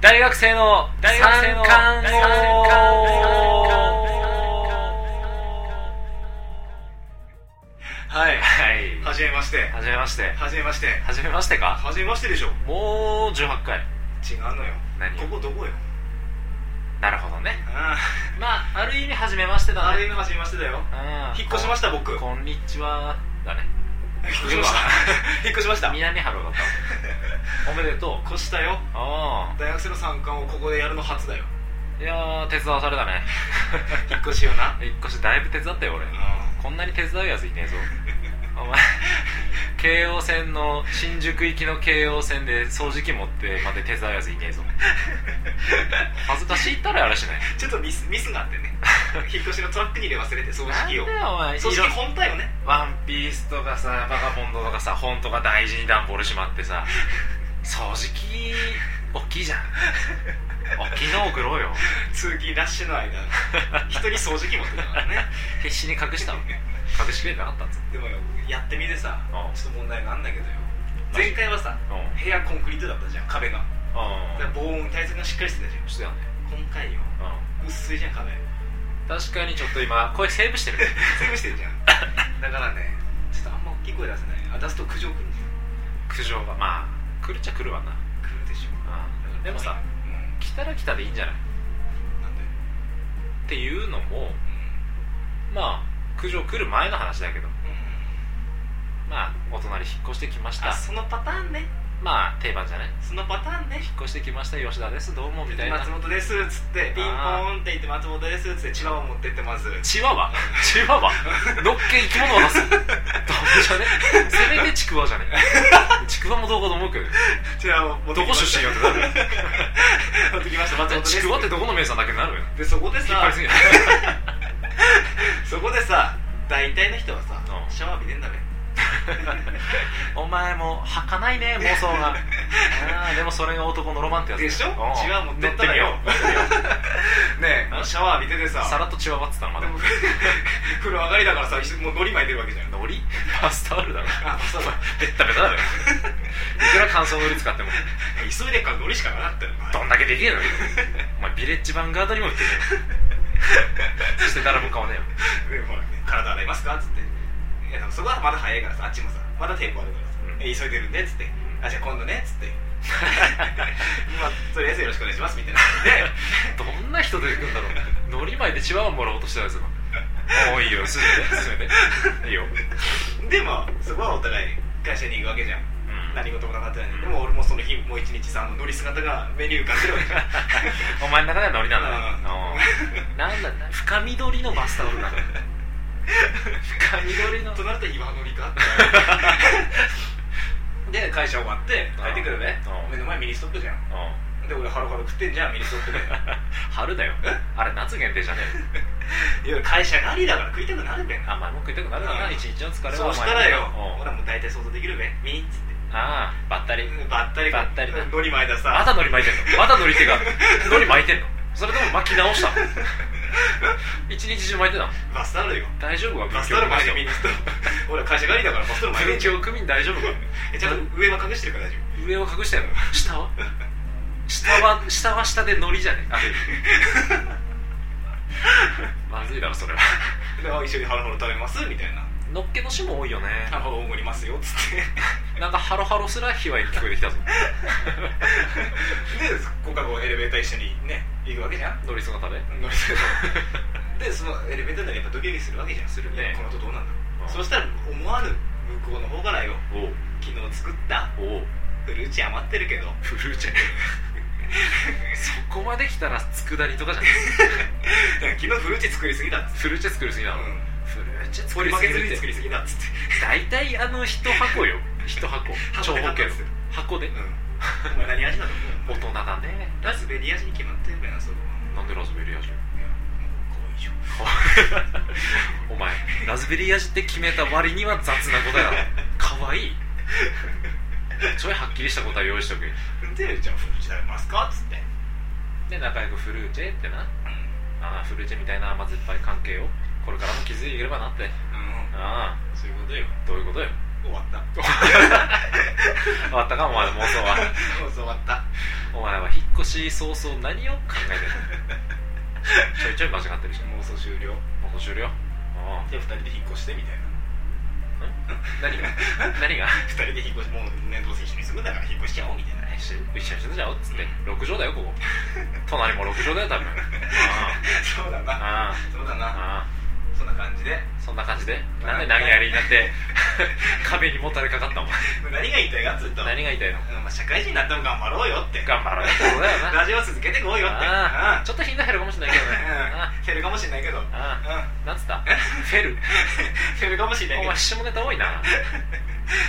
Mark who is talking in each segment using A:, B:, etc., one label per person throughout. A: 大学生の大学生の
B: 三冠はい
A: はい
B: はじめまして
A: はじめまして
B: はじめまして
A: はじめましてか
B: はじめましてでしょ
A: もう18回
B: 違うのよ
A: 何
B: ここどこよ
A: なるほどね
B: あ
A: まあある意味はじめまして
B: あ
A: だ
B: れ
A: ね
B: 今はじめましてだよ
A: うん
B: 引っ越しました僕引っ
A: こんにちはだね
B: 越しました引っ越しました
A: 南ハロー だったおめでとう
B: 越したよ
A: あ
B: 大学生の三冠をここでやるの初だよ
A: あいやー手伝わされたね
B: 引っ越しよな
A: 引っ越しだいぶ手伝ったよ俺
B: う
A: こんなに手伝うやついねえぞお前京王線の新宿行きの京王線で掃除機持ってまで手伝うやついねえぞ恥ずかしいったらやらしない
B: んちょっとミスミスがあってね引っ越しのトラックに入れ忘れて掃除機を
A: なんだよお前
B: 掃除機本体をね
A: ワンピースとかさバカボンドとかさ本とか大事に段ボールしまってさ掃除機大きいじゃん大きいの送ろうよ
B: 通勤ラッシュの間人に掃除機持ってたからね
A: 必死に隠したの隠しきれてなかったんですよ
B: でもよやってみてさ
A: うん
B: ちょっと問題があんだけどよ
A: マジ
B: 前回はさ
A: うんうん
B: 部屋コンクリートだったじゃん壁がだから防音対策がしっかりしてたじゃん
A: してたね
B: 今回よ
A: う
B: 薄いじゃん壁
A: ん確かにちょっと今声セーブしてる
B: セーブしてんじゃん だからねちょっとあんま大きい声出せないあ出すと苦情くるじゃ
A: 苦情がまあ来るっちゃ来るわな、
B: ん来るでしょ
A: うん、でもさ
B: うん
A: 来たら来たでいいんじゃない
B: なんで
A: っていうのもまあ苦情来る前の話だけどまあお隣引っ越してきました
B: あそのパターンね
A: まあ定番じゃない
B: そのパターンね
A: 引っ越してきました吉田ですどうもみたいな
B: 松本ですっつってピンポーンって言って松本ですっつってチワワ持ってってまず
A: チワワチワワのっけ生き物を出すダメじゃねせめてちくわじゃねちくわもどうかと思うけど
B: チワワ持
A: ど
B: ってき
A: こ
B: ま
A: 出
B: した
A: 身よって なる
B: 持ってきました松本です
A: ちくわってどこの名産だっけになるよ
B: でそこで
A: 引っ張
B: さ
A: りすぎる
B: そこでさ大体の人はさ
A: うん
B: シャワー浴びてんだね
A: お前も儚いね妄想 があーでもそれが男のロマンってやつ
B: でしょ
A: うん
B: チワワ持って
A: 乗っ
B: ってた
A: み
B: ら
A: よ
B: よ
A: う
B: ねえシャワー浴びててさ
A: さらっとチワワっつったらま
B: で
A: だ
B: も風呂上がりだからさ一緒にもう海苔巻いてるわけじゃん
A: ノリバスタオルだろ
B: あそうだ
A: ベッタベタだろいくら乾燥ノリ使っても
B: 急いでっから海苔しかなかったよ
A: どんだけできるのよお前ビレッジヴァンガードにも売ってるよそして誰も買わねえよ
B: でほらね体洗いますかっつっていやでもそこはまだ早いからさあっちもさまだテンポあるからさ、
A: うん
B: え急いでるんでっつって、
A: ん
B: あじゃあ今度ね っつってまあとりあえずよろしくお願いしますみたいな
A: どんな人出てくるんだろうノリ前でチワワもらおうとしたやつがもういいよ進めて進めていいよ、う
B: ででまあそこはお互い会社に行くわけじゃん
A: ん、
B: 何事もなかったよね、
A: うん
B: でも俺もその日もう一日さあの乗り姿が目に浮かんでるわけじゃん
A: お前の中ではノリなんだねうんなんだな深緑のバスタオルなんだ深緑の
B: となると岩乗りか で会社終わって帰ってくるね
A: うん
B: 目の前ミニストップじゃん
A: うん
B: で俺ハロハロ食ってんじゃんミニストップで
A: 春だよあれ夏限定じゃねえ
B: いや会社帰りだから食いたくなるべな
A: あんまりも食いたくなるわな
B: うん
A: 一日の疲れは
B: そうしたらよ
A: お
B: ほ
A: 前
B: らもう大体想像できるべミニッつって
A: うんああばったり
B: ばったり
A: ばったりだ
B: のり前だ
A: ま
B: さ
A: だノリ巻いてんのまだノリ手がノリ巻いてんのそれとも巻き直したの一日中巻いてたの
B: バスタオルよ
A: 大丈夫か
B: バスタオル前でミニストップ俺会社帰りだからバスタオル前で
A: 文京区民大丈夫か
B: えちゃんと上は隠してるから大丈夫
A: 上を隠してんの下は 下は下は下でノリじゃねある意味 まずいだろそれは
B: であ一緒にハロハロ食べますみたいな
A: のっけのしも多いよね
B: ハロハロおごりますよっつって
A: なんかハロハロすら卑猥に聞こえてきたぞ
B: でここからこうエレベーター一緒にね行くわけじゃん
A: ノリ姿で
B: 乗り継い ででそのエレベーターならやっぱドキドキするわけじゃん
A: するね
B: いやこの人どうなんだろ
A: うん
B: うそしたら思わぬ向こうの方からよ
A: おう
B: 昨日作った
A: おう
B: フルーチ余ってる けど
A: フルーチェ そこまで来たら佃煮とかじゃない
B: 昨日フルーチ作りすぎだっつって
A: フルーチェ作りすぎなの、
B: うん
A: フルーチェ作
B: 折
A: りす
B: り負
A: ぎ
B: けず
A: る
B: に
A: っ
B: 作
A: て
B: りすぎだっつって
A: 大体あの一箱よ一箱長
B: 箱で買
A: 方形の
B: ったんですよ
A: 箱で
B: うんお前何味なの
A: 大人だね
B: ラズベリー味に決まってるべなそこ
A: な
B: は
A: んでラズベリー味
B: いやもうこう以上
A: お前ラズベリー味って決めた割には雑な答えだなかわいいちょいはっきりした答え用意しとく
B: でじゃあフルーチ食べますかっつって
A: で仲良くフルーチェってなああフルーチェみたいな甘酸っぱい関係をこれからも築いていければなって
B: うん
A: あ
B: そういうことよ
A: あどういうことよ
B: 終わった
A: 終わったかお前の妄想は
B: そうそう終わった
A: お前は引っ越し年早々何を考えてるのちょいちょい間違ってるし
B: 妄想終了
A: もう終了あ
B: で二人で引っ越してみたいな
A: あ何が何が
B: 二人で引っ越しもう年度選手に住むんだから引っ越しちゃおうみたいな ね
A: 一緒に住んじゃおうっつって6畳だよここ隣も6畳だよ多分
B: そうだな
A: ああ
B: そうだ
A: ああ
B: な
A: あ
B: そんな感じで
A: あそんな感じでなんで投げやりになって 壁にもたれかかったもん
B: 何が言いたいかっつうと、
A: 何が痛いの
B: うんまあ、社会人になっても頑張ろうよって
A: 頑張ろうよってことだよな
B: ラジオ続けてこうよって
A: ああ
B: うん
A: ちょっと頻度減るかもしれないけどねあ
B: うん、減るかもしんないけど、うん、
A: あああなんつった
B: え
A: フェル
B: 減るかもしんない
A: お
B: けど
A: 前下ネタ多いない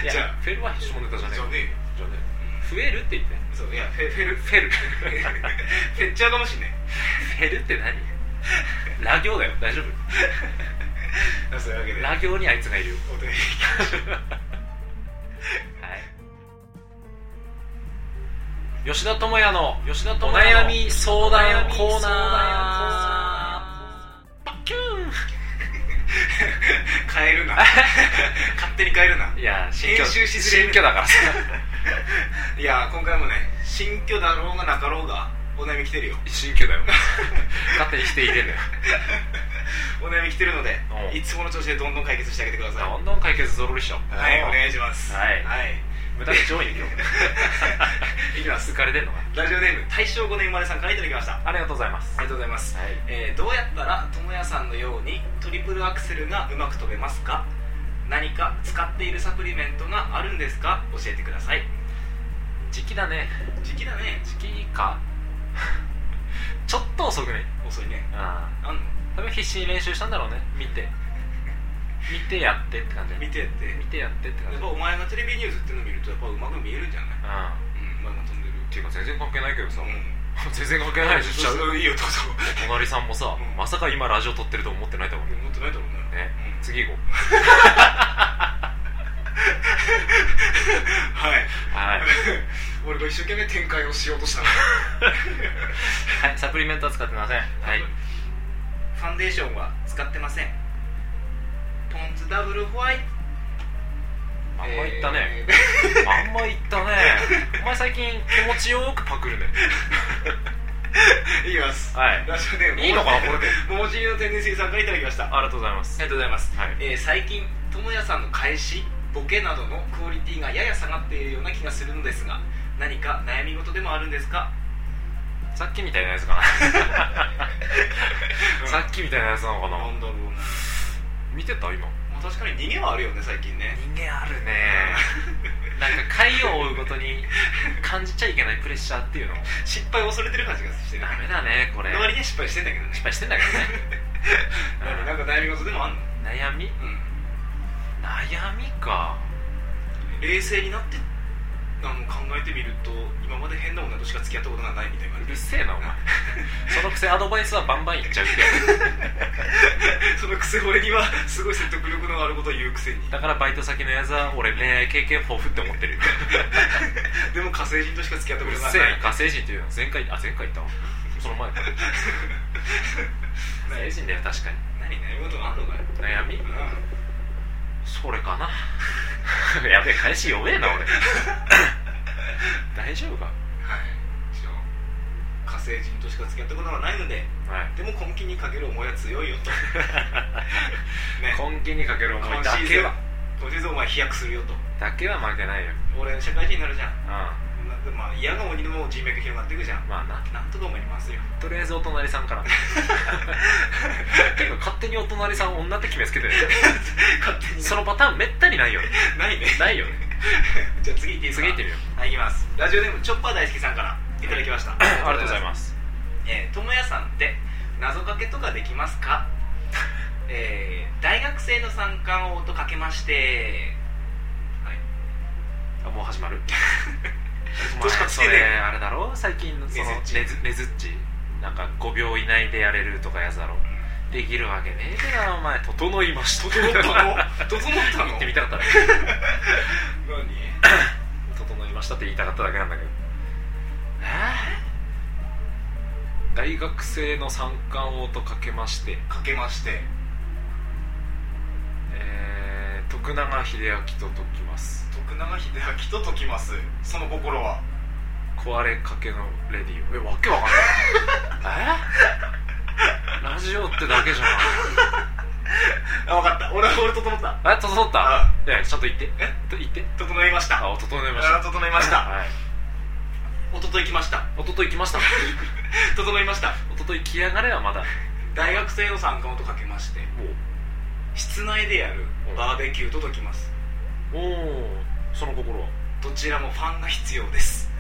B: じゃ
A: や
B: あ
A: フェルは下ネタじゃねえ
B: じゃねえよ
A: じゃねえ増えるって言って
B: そういや減減る
A: フ ェル
B: 減っちゃうかもしんない
A: フェルって何ラ行だよ大丈夫
B: そういうわけで
A: ラ行にあいつがいるよ
B: お便り
A: はい吉田智也の吉田
B: 智
A: 智
B: 也の
A: 也のお悩み相談コー
B: お悩み
A: ナー
B: 相
A: パッキュ
B: 変え るな勝手に変えるな
A: ーンいや新居
B: 編集しづれえ
A: 新居だ からさ
B: いや今回もね新居だろうがなかろうがお悩み来てるよ
A: 新居だよ勝手にしていれんだよ
B: お悩み来てるので
A: うん
B: いつもの調子でどんどん解決してあげてください
A: どんどん解決ぞろりしょ
B: はいお願いします
A: はい
B: はい
A: 無駄に上位に今日
B: いきます
A: 疲れてんのか
B: ラジオネーム大正5年生まれさんからいただきましたあ
A: ありがとうございます
B: りがとうございます、
A: はい
B: えーどうやったらともやさんのようにトリプルアクセルがうまく飛べますか何か使っているサプリメントがあるんですか教えてください
A: 時期だね
B: 時期だね
A: 時期かちょっと遅くね
B: 遅いね
A: あ
B: あんの
A: あ多分必死に練習したんだろうね見て見てやってって感じ
B: 見てって
A: 見てやってって感
B: や
A: じ
B: っぱお前がテレビニュースっていうの見るとやっぱうまく見えるんじゃない
A: ああ
B: うんお前が飛んでる
A: っていうか全然関係ないけどさ、
B: う
A: 全然関係ないしちゃうん
B: いいよどうぞ
A: おなりさんもさ、
B: うん
A: まさか今ラジオ撮ってると思ってないだろうね
B: 持ってないだろうね
A: ね
B: うん
A: 次行こう
B: はい
A: はい、
B: 俺が一生懸命展開をしようとしたの
A: はい、サプリメントは使ってませんはい
B: ファンデーションは使ってませんポン酢ダブルホワイト
A: まんまいったね、
B: え
A: まんまいったね お前最近気持ちよくパクるね
B: ー いきます
A: はい
B: ラジオネーム
A: いいのかなこれで
B: ももちの天然水さんからいただきましたあ
A: ありがとうございます
B: りがとうございます、
A: はい
B: えー最近友也さんの返しボケなどのクオリティがやや下がっているような気がするのですが何か悩み事でもあるんですか
A: さっきみたいなやつかな さっきみたいなやつなのかな
B: なんだろうな、
A: 見てた今
B: まあ、確かに逃げはあるよね最近ね
A: 人間あるねなんか回を追うごとに感じちゃいけないプレッシャーっていうの
B: 失敗を恐れてる感じがしてる
A: ダメだねこれ
B: の割には失敗してんだけどね
A: 失敗してんだけどね
B: 何なんか悩み事でもあんの
A: 悩み
B: うん
A: 悩みか
B: 冷静になってあの考えてみると今まで変な女としか付き合ったことがないみたいな
A: う
B: 感
A: る
B: じ
A: せえなお前そのくせアドバイスはバンバンいっちゃうって
B: そのくせ俺にはすごい説得力のあることを言うく せに
A: だからバイト先のやつは俺恋愛経験豊富って思ってるよ
B: でも火星人としか付き合っ
A: う
B: たこ
A: る
B: とが
A: せ
B: な
A: え
B: い
A: 火星人っていうのは前回あ前回言ったわその前 か火星人だよ確かに
B: 何悩み事があんのかよ
A: 悩み
B: うん
A: それかな やべえ返し弱えな 俺大丈夫か
B: はい一応火星人としか付き合ったことがないので
A: はい
B: でも根気にかける思いは強いよ とね
A: 根気にかける思いだ
B: 今シ
A: け
B: ーズン
A: は
B: 今シーズンお前飛躍するよと
A: だけは負けないよ
B: 俺社会人になるじゃん
A: うん
B: なでもまあ嫌が鬼でも人脈広がっていくじゃん
A: まあな
B: なんとか思いますよ
A: とりあえずお隣さんからていうか勝手にお隣さん女って決めつけてるよね
B: 勝手に
A: そのパターンめったにないよね
B: ないね
A: ないよね
B: じゃあ次行っていいですか
A: 次行ってみよう
B: はい行きますラジオネームチョッパー大好きさんからいただきました、
A: ありがとうございます
B: えーともやさんって謎かけとかできますか えー、大学生の三冠王とかけましてはい
A: あもう 始まるお
B: 年
A: 前
B: こっち
A: そ
B: でね
A: れあれだろ最近のその
B: ねずっち
A: ねずねずっちなんか5秒以内でやれるとかやつだろできるわけねえだろお前整いました
B: 整ったの整ったの
A: 言ってみたかったら
B: 何
A: 整いましたって言いたかっただけなんだけどえー大学生の三冠王とかけまして
B: かけまして
A: えー、徳永英明と解きます
B: 徳永英明と解きますその心は
A: 壊れかけのレディオえわけわかんない えラジオってだけじゃ
B: あ分かった俺俺整った
A: ないえ整ったいやちょっと言って
B: え
A: と言って
B: 整いました
A: あお整えました
B: あ整いました
A: はい
B: 一昨日来ました
A: おととい来ました
B: 整いました
A: おととい来やがれはまだ
B: 大学生の参加をとかけまして室内でやるバーベキューと解きます
A: おおーその心は
B: どちらもファンが必要です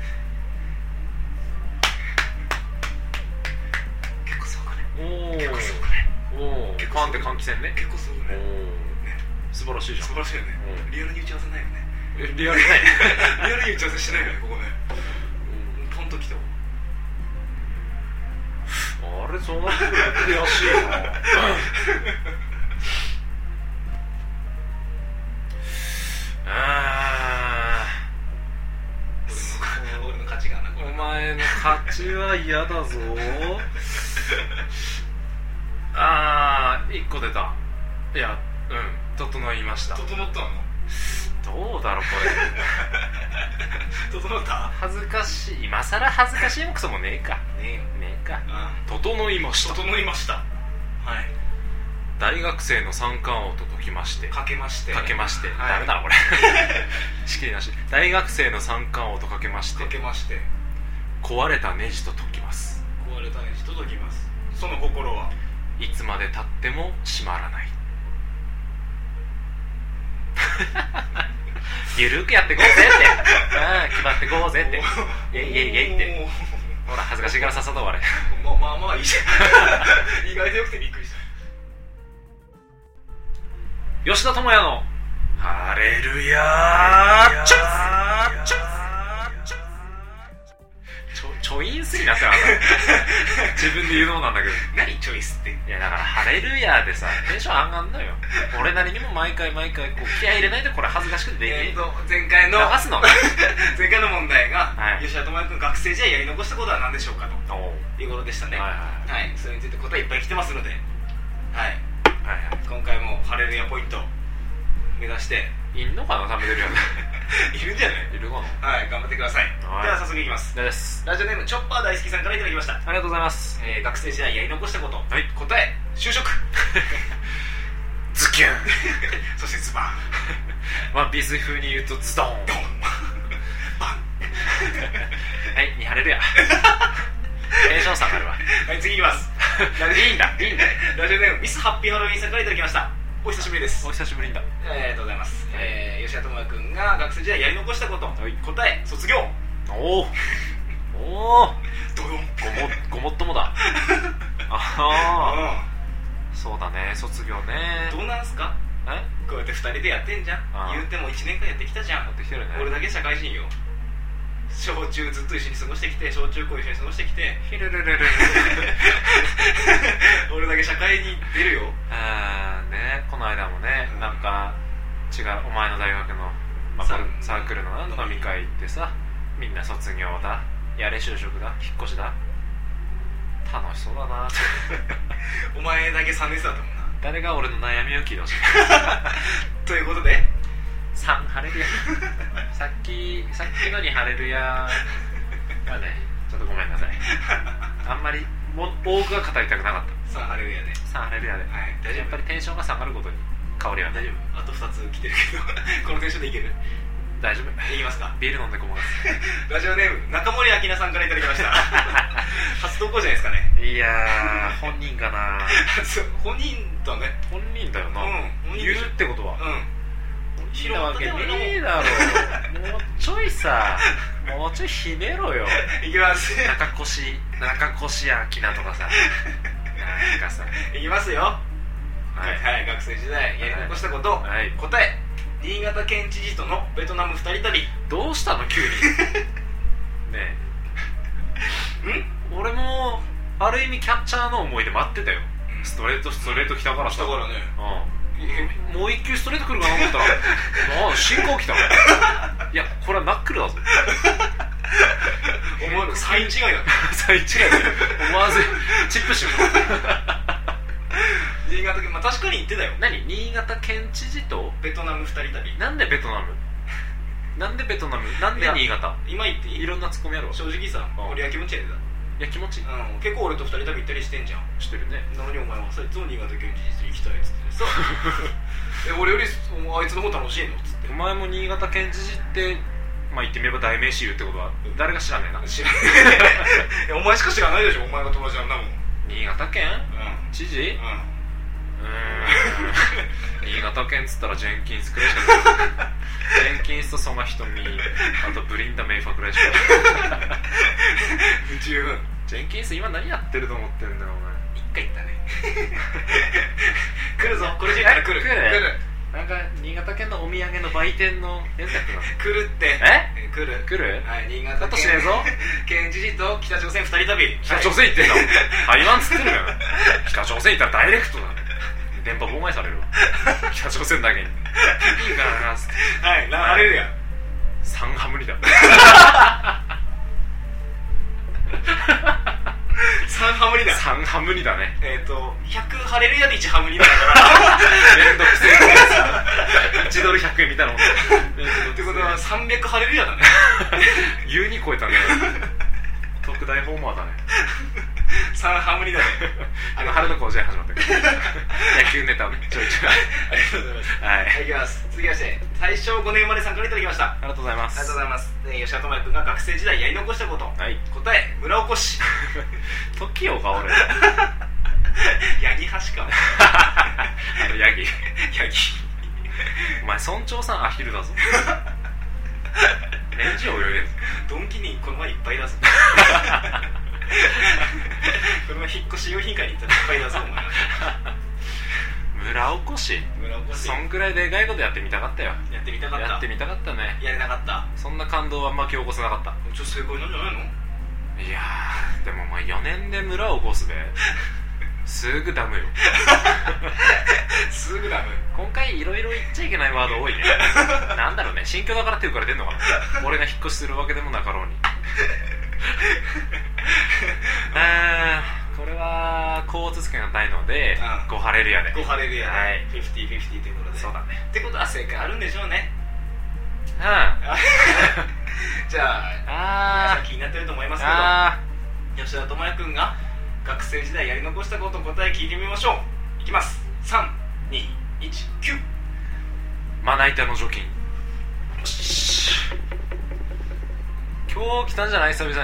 B: 結構そうかね
A: おお
B: 結構そうかね
A: おお
B: 結
A: フ
B: 構
A: ァンって換気扇ね
B: 結構そう
A: お
B: かね
A: お
B: ね
A: 素晴らしいじゃん
B: 素晴らしいよね
A: うん
B: リアルに打ち合わせないよね
A: えリアルない
B: リアルに打ち合わせしないよねここねポンと来た
A: あれそうなってくると悔しいなあ
B: 俺の俺の勝ちがなこ
A: ー
B: れ
A: お前の勝ちは嫌だぞ ああ1個出たいやうん整いましたど
B: 整ったの
A: うだろうこれ
B: 整った
A: 恥ずかしい今さら恥ずかしいもクソもねえか
B: ねえよ
A: ねえか
B: あ
A: 整いました
B: 整いましたはい
A: 大学生の三冠王と解きまして
B: かけまして
A: かけまして、
B: はい
A: ダメだなこれ仕切りなし大学生の三冠王とかけまして
B: かけまして
A: 壊れたネジと解きます
B: 壊れたネジと解きますその心はい
A: つまでたっても閉まらないゆるくやってこうぜってああ決まってこうぜって
B: おー
A: イェイイェイイェイってほら恥ずかしいからさっさと終われ
B: まあまあまあいいじゃん 意外とよくてびっくりした
A: 吉田智也の「ハレルヤーチャチャチちょちょいんすぎなってなかった自分で言うのもなんだけど
B: 何チョイスって
A: いやだから「ハレルヤ」でさテンション上がんのよ俺なりにも毎回毎回こう気合い入れないとこれ恥ずかしくてできね
B: え
A: え
B: っと前回の
A: 流すのね
B: 前回の問題が、
A: はい
B: 吉田智也君学生時代やり残したことは何でしょうか
A: おう
B: ということでしたね
A: はいはい
B: はい、それについて答えいっぱい来てますのではい
A: はいは
B: 今回もハレルヤポイント目指して
A: いいんのかな食べれるや
B: いるんじゃない
A: ついるかな
B: はい頑張ってください
A: はい
B: では早速いきます
A: 大丈夫です
B: ラジオネームチョッパー大好きさんからいただきました
A: ありがとうございます
B: えー学生時代やり残したこと、
A: はい
B: 答え就職
A: ズキュン
B: そしてズバン
A: ワンピース風に言うとズドン
B: ドンバン
A: はいにハレルヤテンション下がるわ
B: はい次いきます
A: いいんだいいんだ
B: ラジオネームミスハッピーハロウィンさんからいただきましたお久しぶりです
A: お久しぶりんだ
B: えーありがとうございます、えー吉田智也君が学生時代やり残したこと、
A: はい
B: 答え卒業
A: おおおお
B: ドドン
A: ごもごもっともだああそうだね卒業ね
B: うんどうなんすか
A: え
B: こうやって2人でやってんじゃん
A: あー
B: 言うても1年間やってきたじゃん
A: やってきてるね
B: 俺だけ社会人よ小中ずっと一緒に過ごしてきて小中高一緒に過ごしてきて
A: ヒルルルル ル
B: 俺だけ社会に出るよ
A: あーねこの間もね、
B: うん
A: なんか違うお前の大学の、まあ
B: サー
A: バルサークルのな飲み会行ってさみんな卒業だやれ就職だ引っ越しだ楽しそうだな
B: お前だけ3年生だったもんな
A: 誰が俺の悩みを聞いてほしい
B: ということで
A: 3ハレルヤさっきさっきのにハレルヤはねちょっとごめんなさいあんまりも多くは語りたくなかっ
B: さあハレルヤで
A: た3ハレルヤで
B: はい大丈
A: やっ
B: 夫
A: ぱりテンションが下がることに香りは
B: 大
A: ね
B: 丈夫あと2つ来てるけど このテンションでいける
A: 大丈夫
B: いきますか
A: ビール飲んでこまかす
B: ラジオネーム中森明菜さんからいただきました 初投稿じゃないですかね
A: いやー本人かな
B: 初本人だね
A: 本人だよな、
B: うん本人
A: 言
B: で
A: う
B: しょ
A: ってことは
B: う
A: 本人なわけねえだろもうちょいさもうちょいひねろ よ
B: んいきます
A: 中越中越やきなとかさなんかさ
B: いきますよ
A: は
B: はい、
A: い
B: 学生時代やり残したこと、
A: はい
B: 答え新潟県知事とのベトナム2人旅
A: どうしたの 急にね
B: ん
A: え俺もある意味キャッチャーの思いで待ってたよ
B: うん
A: ストレートストレート来たからさ
B: らね
A: うんもう一球ストレート来るかなと思ったらなんだ進行来た いやこれはナックルだぞ
B: お前のサイン違いだね
A: 最違い思わずチップしよ
B: 新潟県まあ確かに行ってたよ
A: う何新潟県知事と
B: ベトナム2人旅
A: なんでベトナムなんでベトナムなんで新潟
B: 今言ってい
A: い
B: い
A: ろんなツッコミあるわ
B: 正直さ
A: うん
B: 俺やきもちやでだ
A: いや気持ちいい
B: うん結構俺と二人旅行ったりしてんじゃん
A: してるね
B: なのにお前はそいつも新潟県知事行きたいっつ ってさえ俺よりお前あいつの方楽しいのっつって
A: お前も新潟県知事ってまあ言ってみれば代名詞言うってことは誰が知らねえな
B: 知らないいやお前しか知らないでしょお前が友達なんだもんうん
A: 新潟県
B: う
A: 知事うーん
B: ん
A: 新潟県っつったらジェンキンスくらいしかない ジェンキンスとその瞳あとブリンダ・メイファーくらいしかない
B: 十分
A: ジェンキンス今何やってると思ってんだよお
B: 一回行ったね 来るぞこれじゃ来る
A: 来る前なんか新潟県のお土産の売店のやつやってな
B: 来る来るって
A: え
B: 来る
A: 来る
B: はい新
A: カ
B: 潟
A: ットしねえぞ
B: 県知事と北朝鮮二人旅
A: 北朝鮮行ってんだもん台湾っつってるよ北朝鮮行ったらダイレクトだ電波妨害されるわ北朝鮮だけにピーからなつって
B: はいはいなあれるやん
A: サンハムリだ
B: 三ハムリだ
A: サンハムリだね
B: えっ、ー、と100ハレルヤで1ハムリだから
A: めんどくせえ1ドル100円みたいなもんだ
B: ってことは300ハレルヤだね
A: 優に超えたね特大ホーマーだね
B: 三ハム リだね
A: あの春の甲子園始まったけど野球ネタをねちょいちょい
B: ありがとうございます
A: はい
B: はい、いきます。続きまして、大正5年生まれさんからいただきました。あ
A: ありがとうございま
B: り
A: す
B: がとうございます。えー吉田智也君が学生時代やり残したこと。
A: はい
B: 答え、村おこ し。
A: 時をが俺
B: ヤギ橋か。
A: あのヤギ
B: ヤギ。
A: お前村長さんアヒルだ ぞ年中泳いでるぞ
B: ドンキにこの前いっぱい だぞ。この前引っ越し用品会に行ったらいっぱいだぞ、お前。
A: 村おこし
B: 村おこし。
A: そんくらいでかいことやってみたかったよ
B: やってみたかった。
A: やってみたかったね
B: やれなかった。
A: そんな感動はあんまき起こせなかった
B: ちょっと正解なんじゃないの
A: いやーでもまあ4年で村を起こすですぐダムよ
B: すぐダメ。
A: 今回いろいろ言っちゃいけないワード 多いねなんだろうね新居だからっていうから出んのかな俺が引っ越しするわけでもなかろう にあーこれは交通券がないので
B: うん
A: ごハレルヤで
B: 5ハレルヤ。
A: はい。
B: 50-50ということで。
A: そうだね
B: ってことは正解あるんでしょうね。
A: うんあ
B: じゃあ、皆さん
A: あ
B: 気になってると思いますけど。
A: あ
B: 吉田智也君が学生時代やり残したこと答え聞いてみましょういきます3219
A: ーまな板の除菌
B: よし
A: 今日来たんじゃない久々に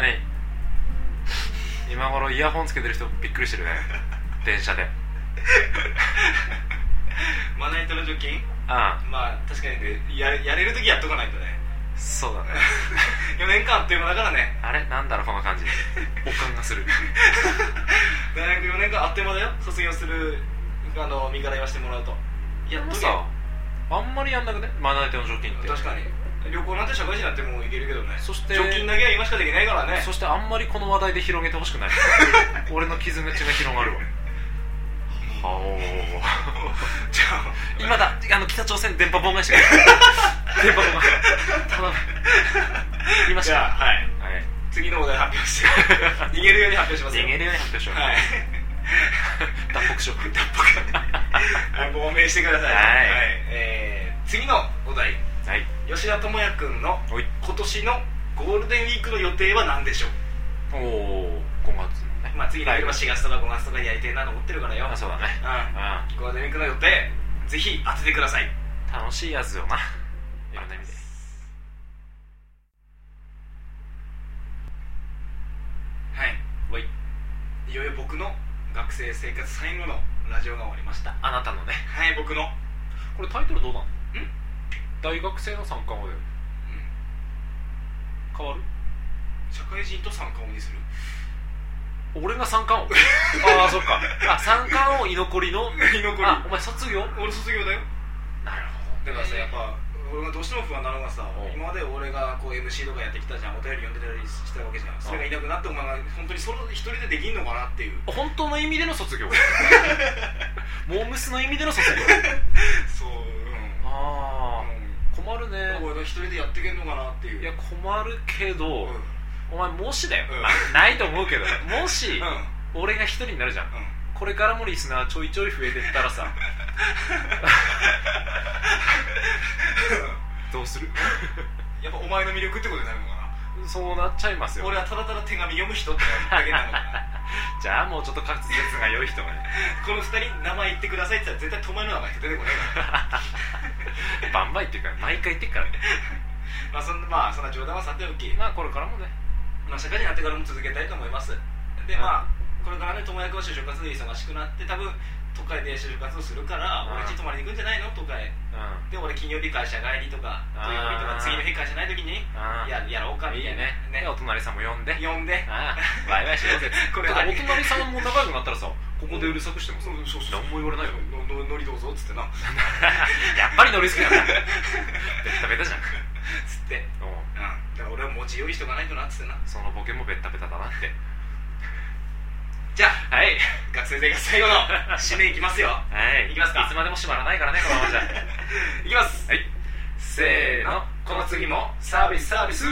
A: 今頃イヤホンつけてる人びっくりしてるね電車でうん
B: まな板の除菌まあ確かにねややれる時やっとかないとね
A: そうだね
B: 4年間あっという間だからね
A: あれなんだろうこの感じおかんがする
B: 大学4年間あっという間だよ卒業するあの身から言わせてもらうとやっとけ
A: さあんまりやんなくねまな板の除菌って
B: 確かに旅行なんて社会人になってもういけるけどね
A: そして
B: 除菌だけは今しかできないからね
A: そしてあんまりこの話題で広げてほしくない俺の傷口が広がるわはお
B: じゃあ
A: 今だあの北朝鮮電波妨害してくれ電波妨害頼む今し
B: じ
A: か
B: ゃあはい
A: はい
B: 次のお題発表 して逃げるように発表しますよ
A: 逃げるように発表しよう
B: はい
A: 脱北しよう脱
B: はい亡命してくだ
A: は
B: さい、
A: い
B: えー次のお題
A: はい
B: 吉田智也君の
A: おい
B: 今年のゴールデンウィークの予定は何でしょ
A: お
B: う、
A: お5月のね
B: まあ、次の
A: は
B: れ
A: い
B: ば4月とか5月とかにやりたいなと思ってるからよ、
A: あそうだね
B: う、
A: うん
B: ゴールデンウィークの予定ぜひ当ててください
A: ん楽しいやつよないろんな意味で
B: はい
A: おい
B: いよいよ僕の学生生活最後のラジオが終わりました
A: あなたのね
B: はい僕の、うん、
A: これタイトルどうなの大学生の参加まで変わる
B: 社会人と参加をにする
A: 俺が三冠王 ああそっかあ三冠王居残りの
B: 居残り
A: あお前卒業
B: 俺卒業だよ
A: なる
B: だからさやっぱ俺がどうしても不安なのがさ
A: うん
B: 今まで俺がこう MC とかやってきたじゃんお便り読んでたりしたわけじゃんそれがいなくなってお前が本当にソロ一人でできんのかなっていう
A: ほど本当の意味での卒 業モームスの意味での卒業
B: そううん
A: あ
B: う
A: あ困るね
B: ん俺が一人でやってけんのかなっていう
A: い
B: い
A: や困るけど、
B: うんうん
A: お前もしだよ、
B: うん
A: あないと思うけ どもし、
B: うんうん
A: 俺が一人になるじゃんこれからもリスナーちょいちょい増えてったら さどうする
B: やっぱお前の魅力ってことになるのかな
A: そうなっちゃいますよ
B: 俺はただただ手紙読む人ってだけなのかな
A: じゃあもうちょっと滑舌が良い人がね
B: この二人名前言ってくださいって言ったら絶対友前の名前出てこないから
A: バンバン言ってるから毎回言ってるからね
B: まあそんなまあそんな冗談はさておき、
A: まあこれからもね
B: まあ、社会人になってからも続けたいと思いますでまあこれからね友役は就職活動で忙しくなって多分都会で就職活動するから
A: うん
B: 俺んち泊まりに行くんじゃないの都会
A: うん
B: で俺金曜日会社帰りとか土曜日と
A: あー
B: か次の日会社ない時に
A: あ
B: ややろうか
A: あい
B: み
A: い
B: たいな
A: ねねお隣さんも呼んで
B: 呼んで
A: ああバイバイしようぜ
B: こ
A: こ
B: れ
A: れお隣さんも仲良くなったらさここでうるさくしてもさ
B: うんそうそう
A: 何も言われないよ
B: のののりどうぞっつってな
A: やっぱりノリ好きなんだベッタベタじゃん
B: つってうん
A: おう
B: だから俺は持ち用意しとかないとなっつってな
A: そのボケもベッタベタだなって
B: じゃあ
A: はい
B: 学生生活最後の締めいきますよ
A: はい
B: いきますか
A: いつまでも閉まらないからねこのままじゃはい
B: きます
A: いせーのこの次もサービスサービス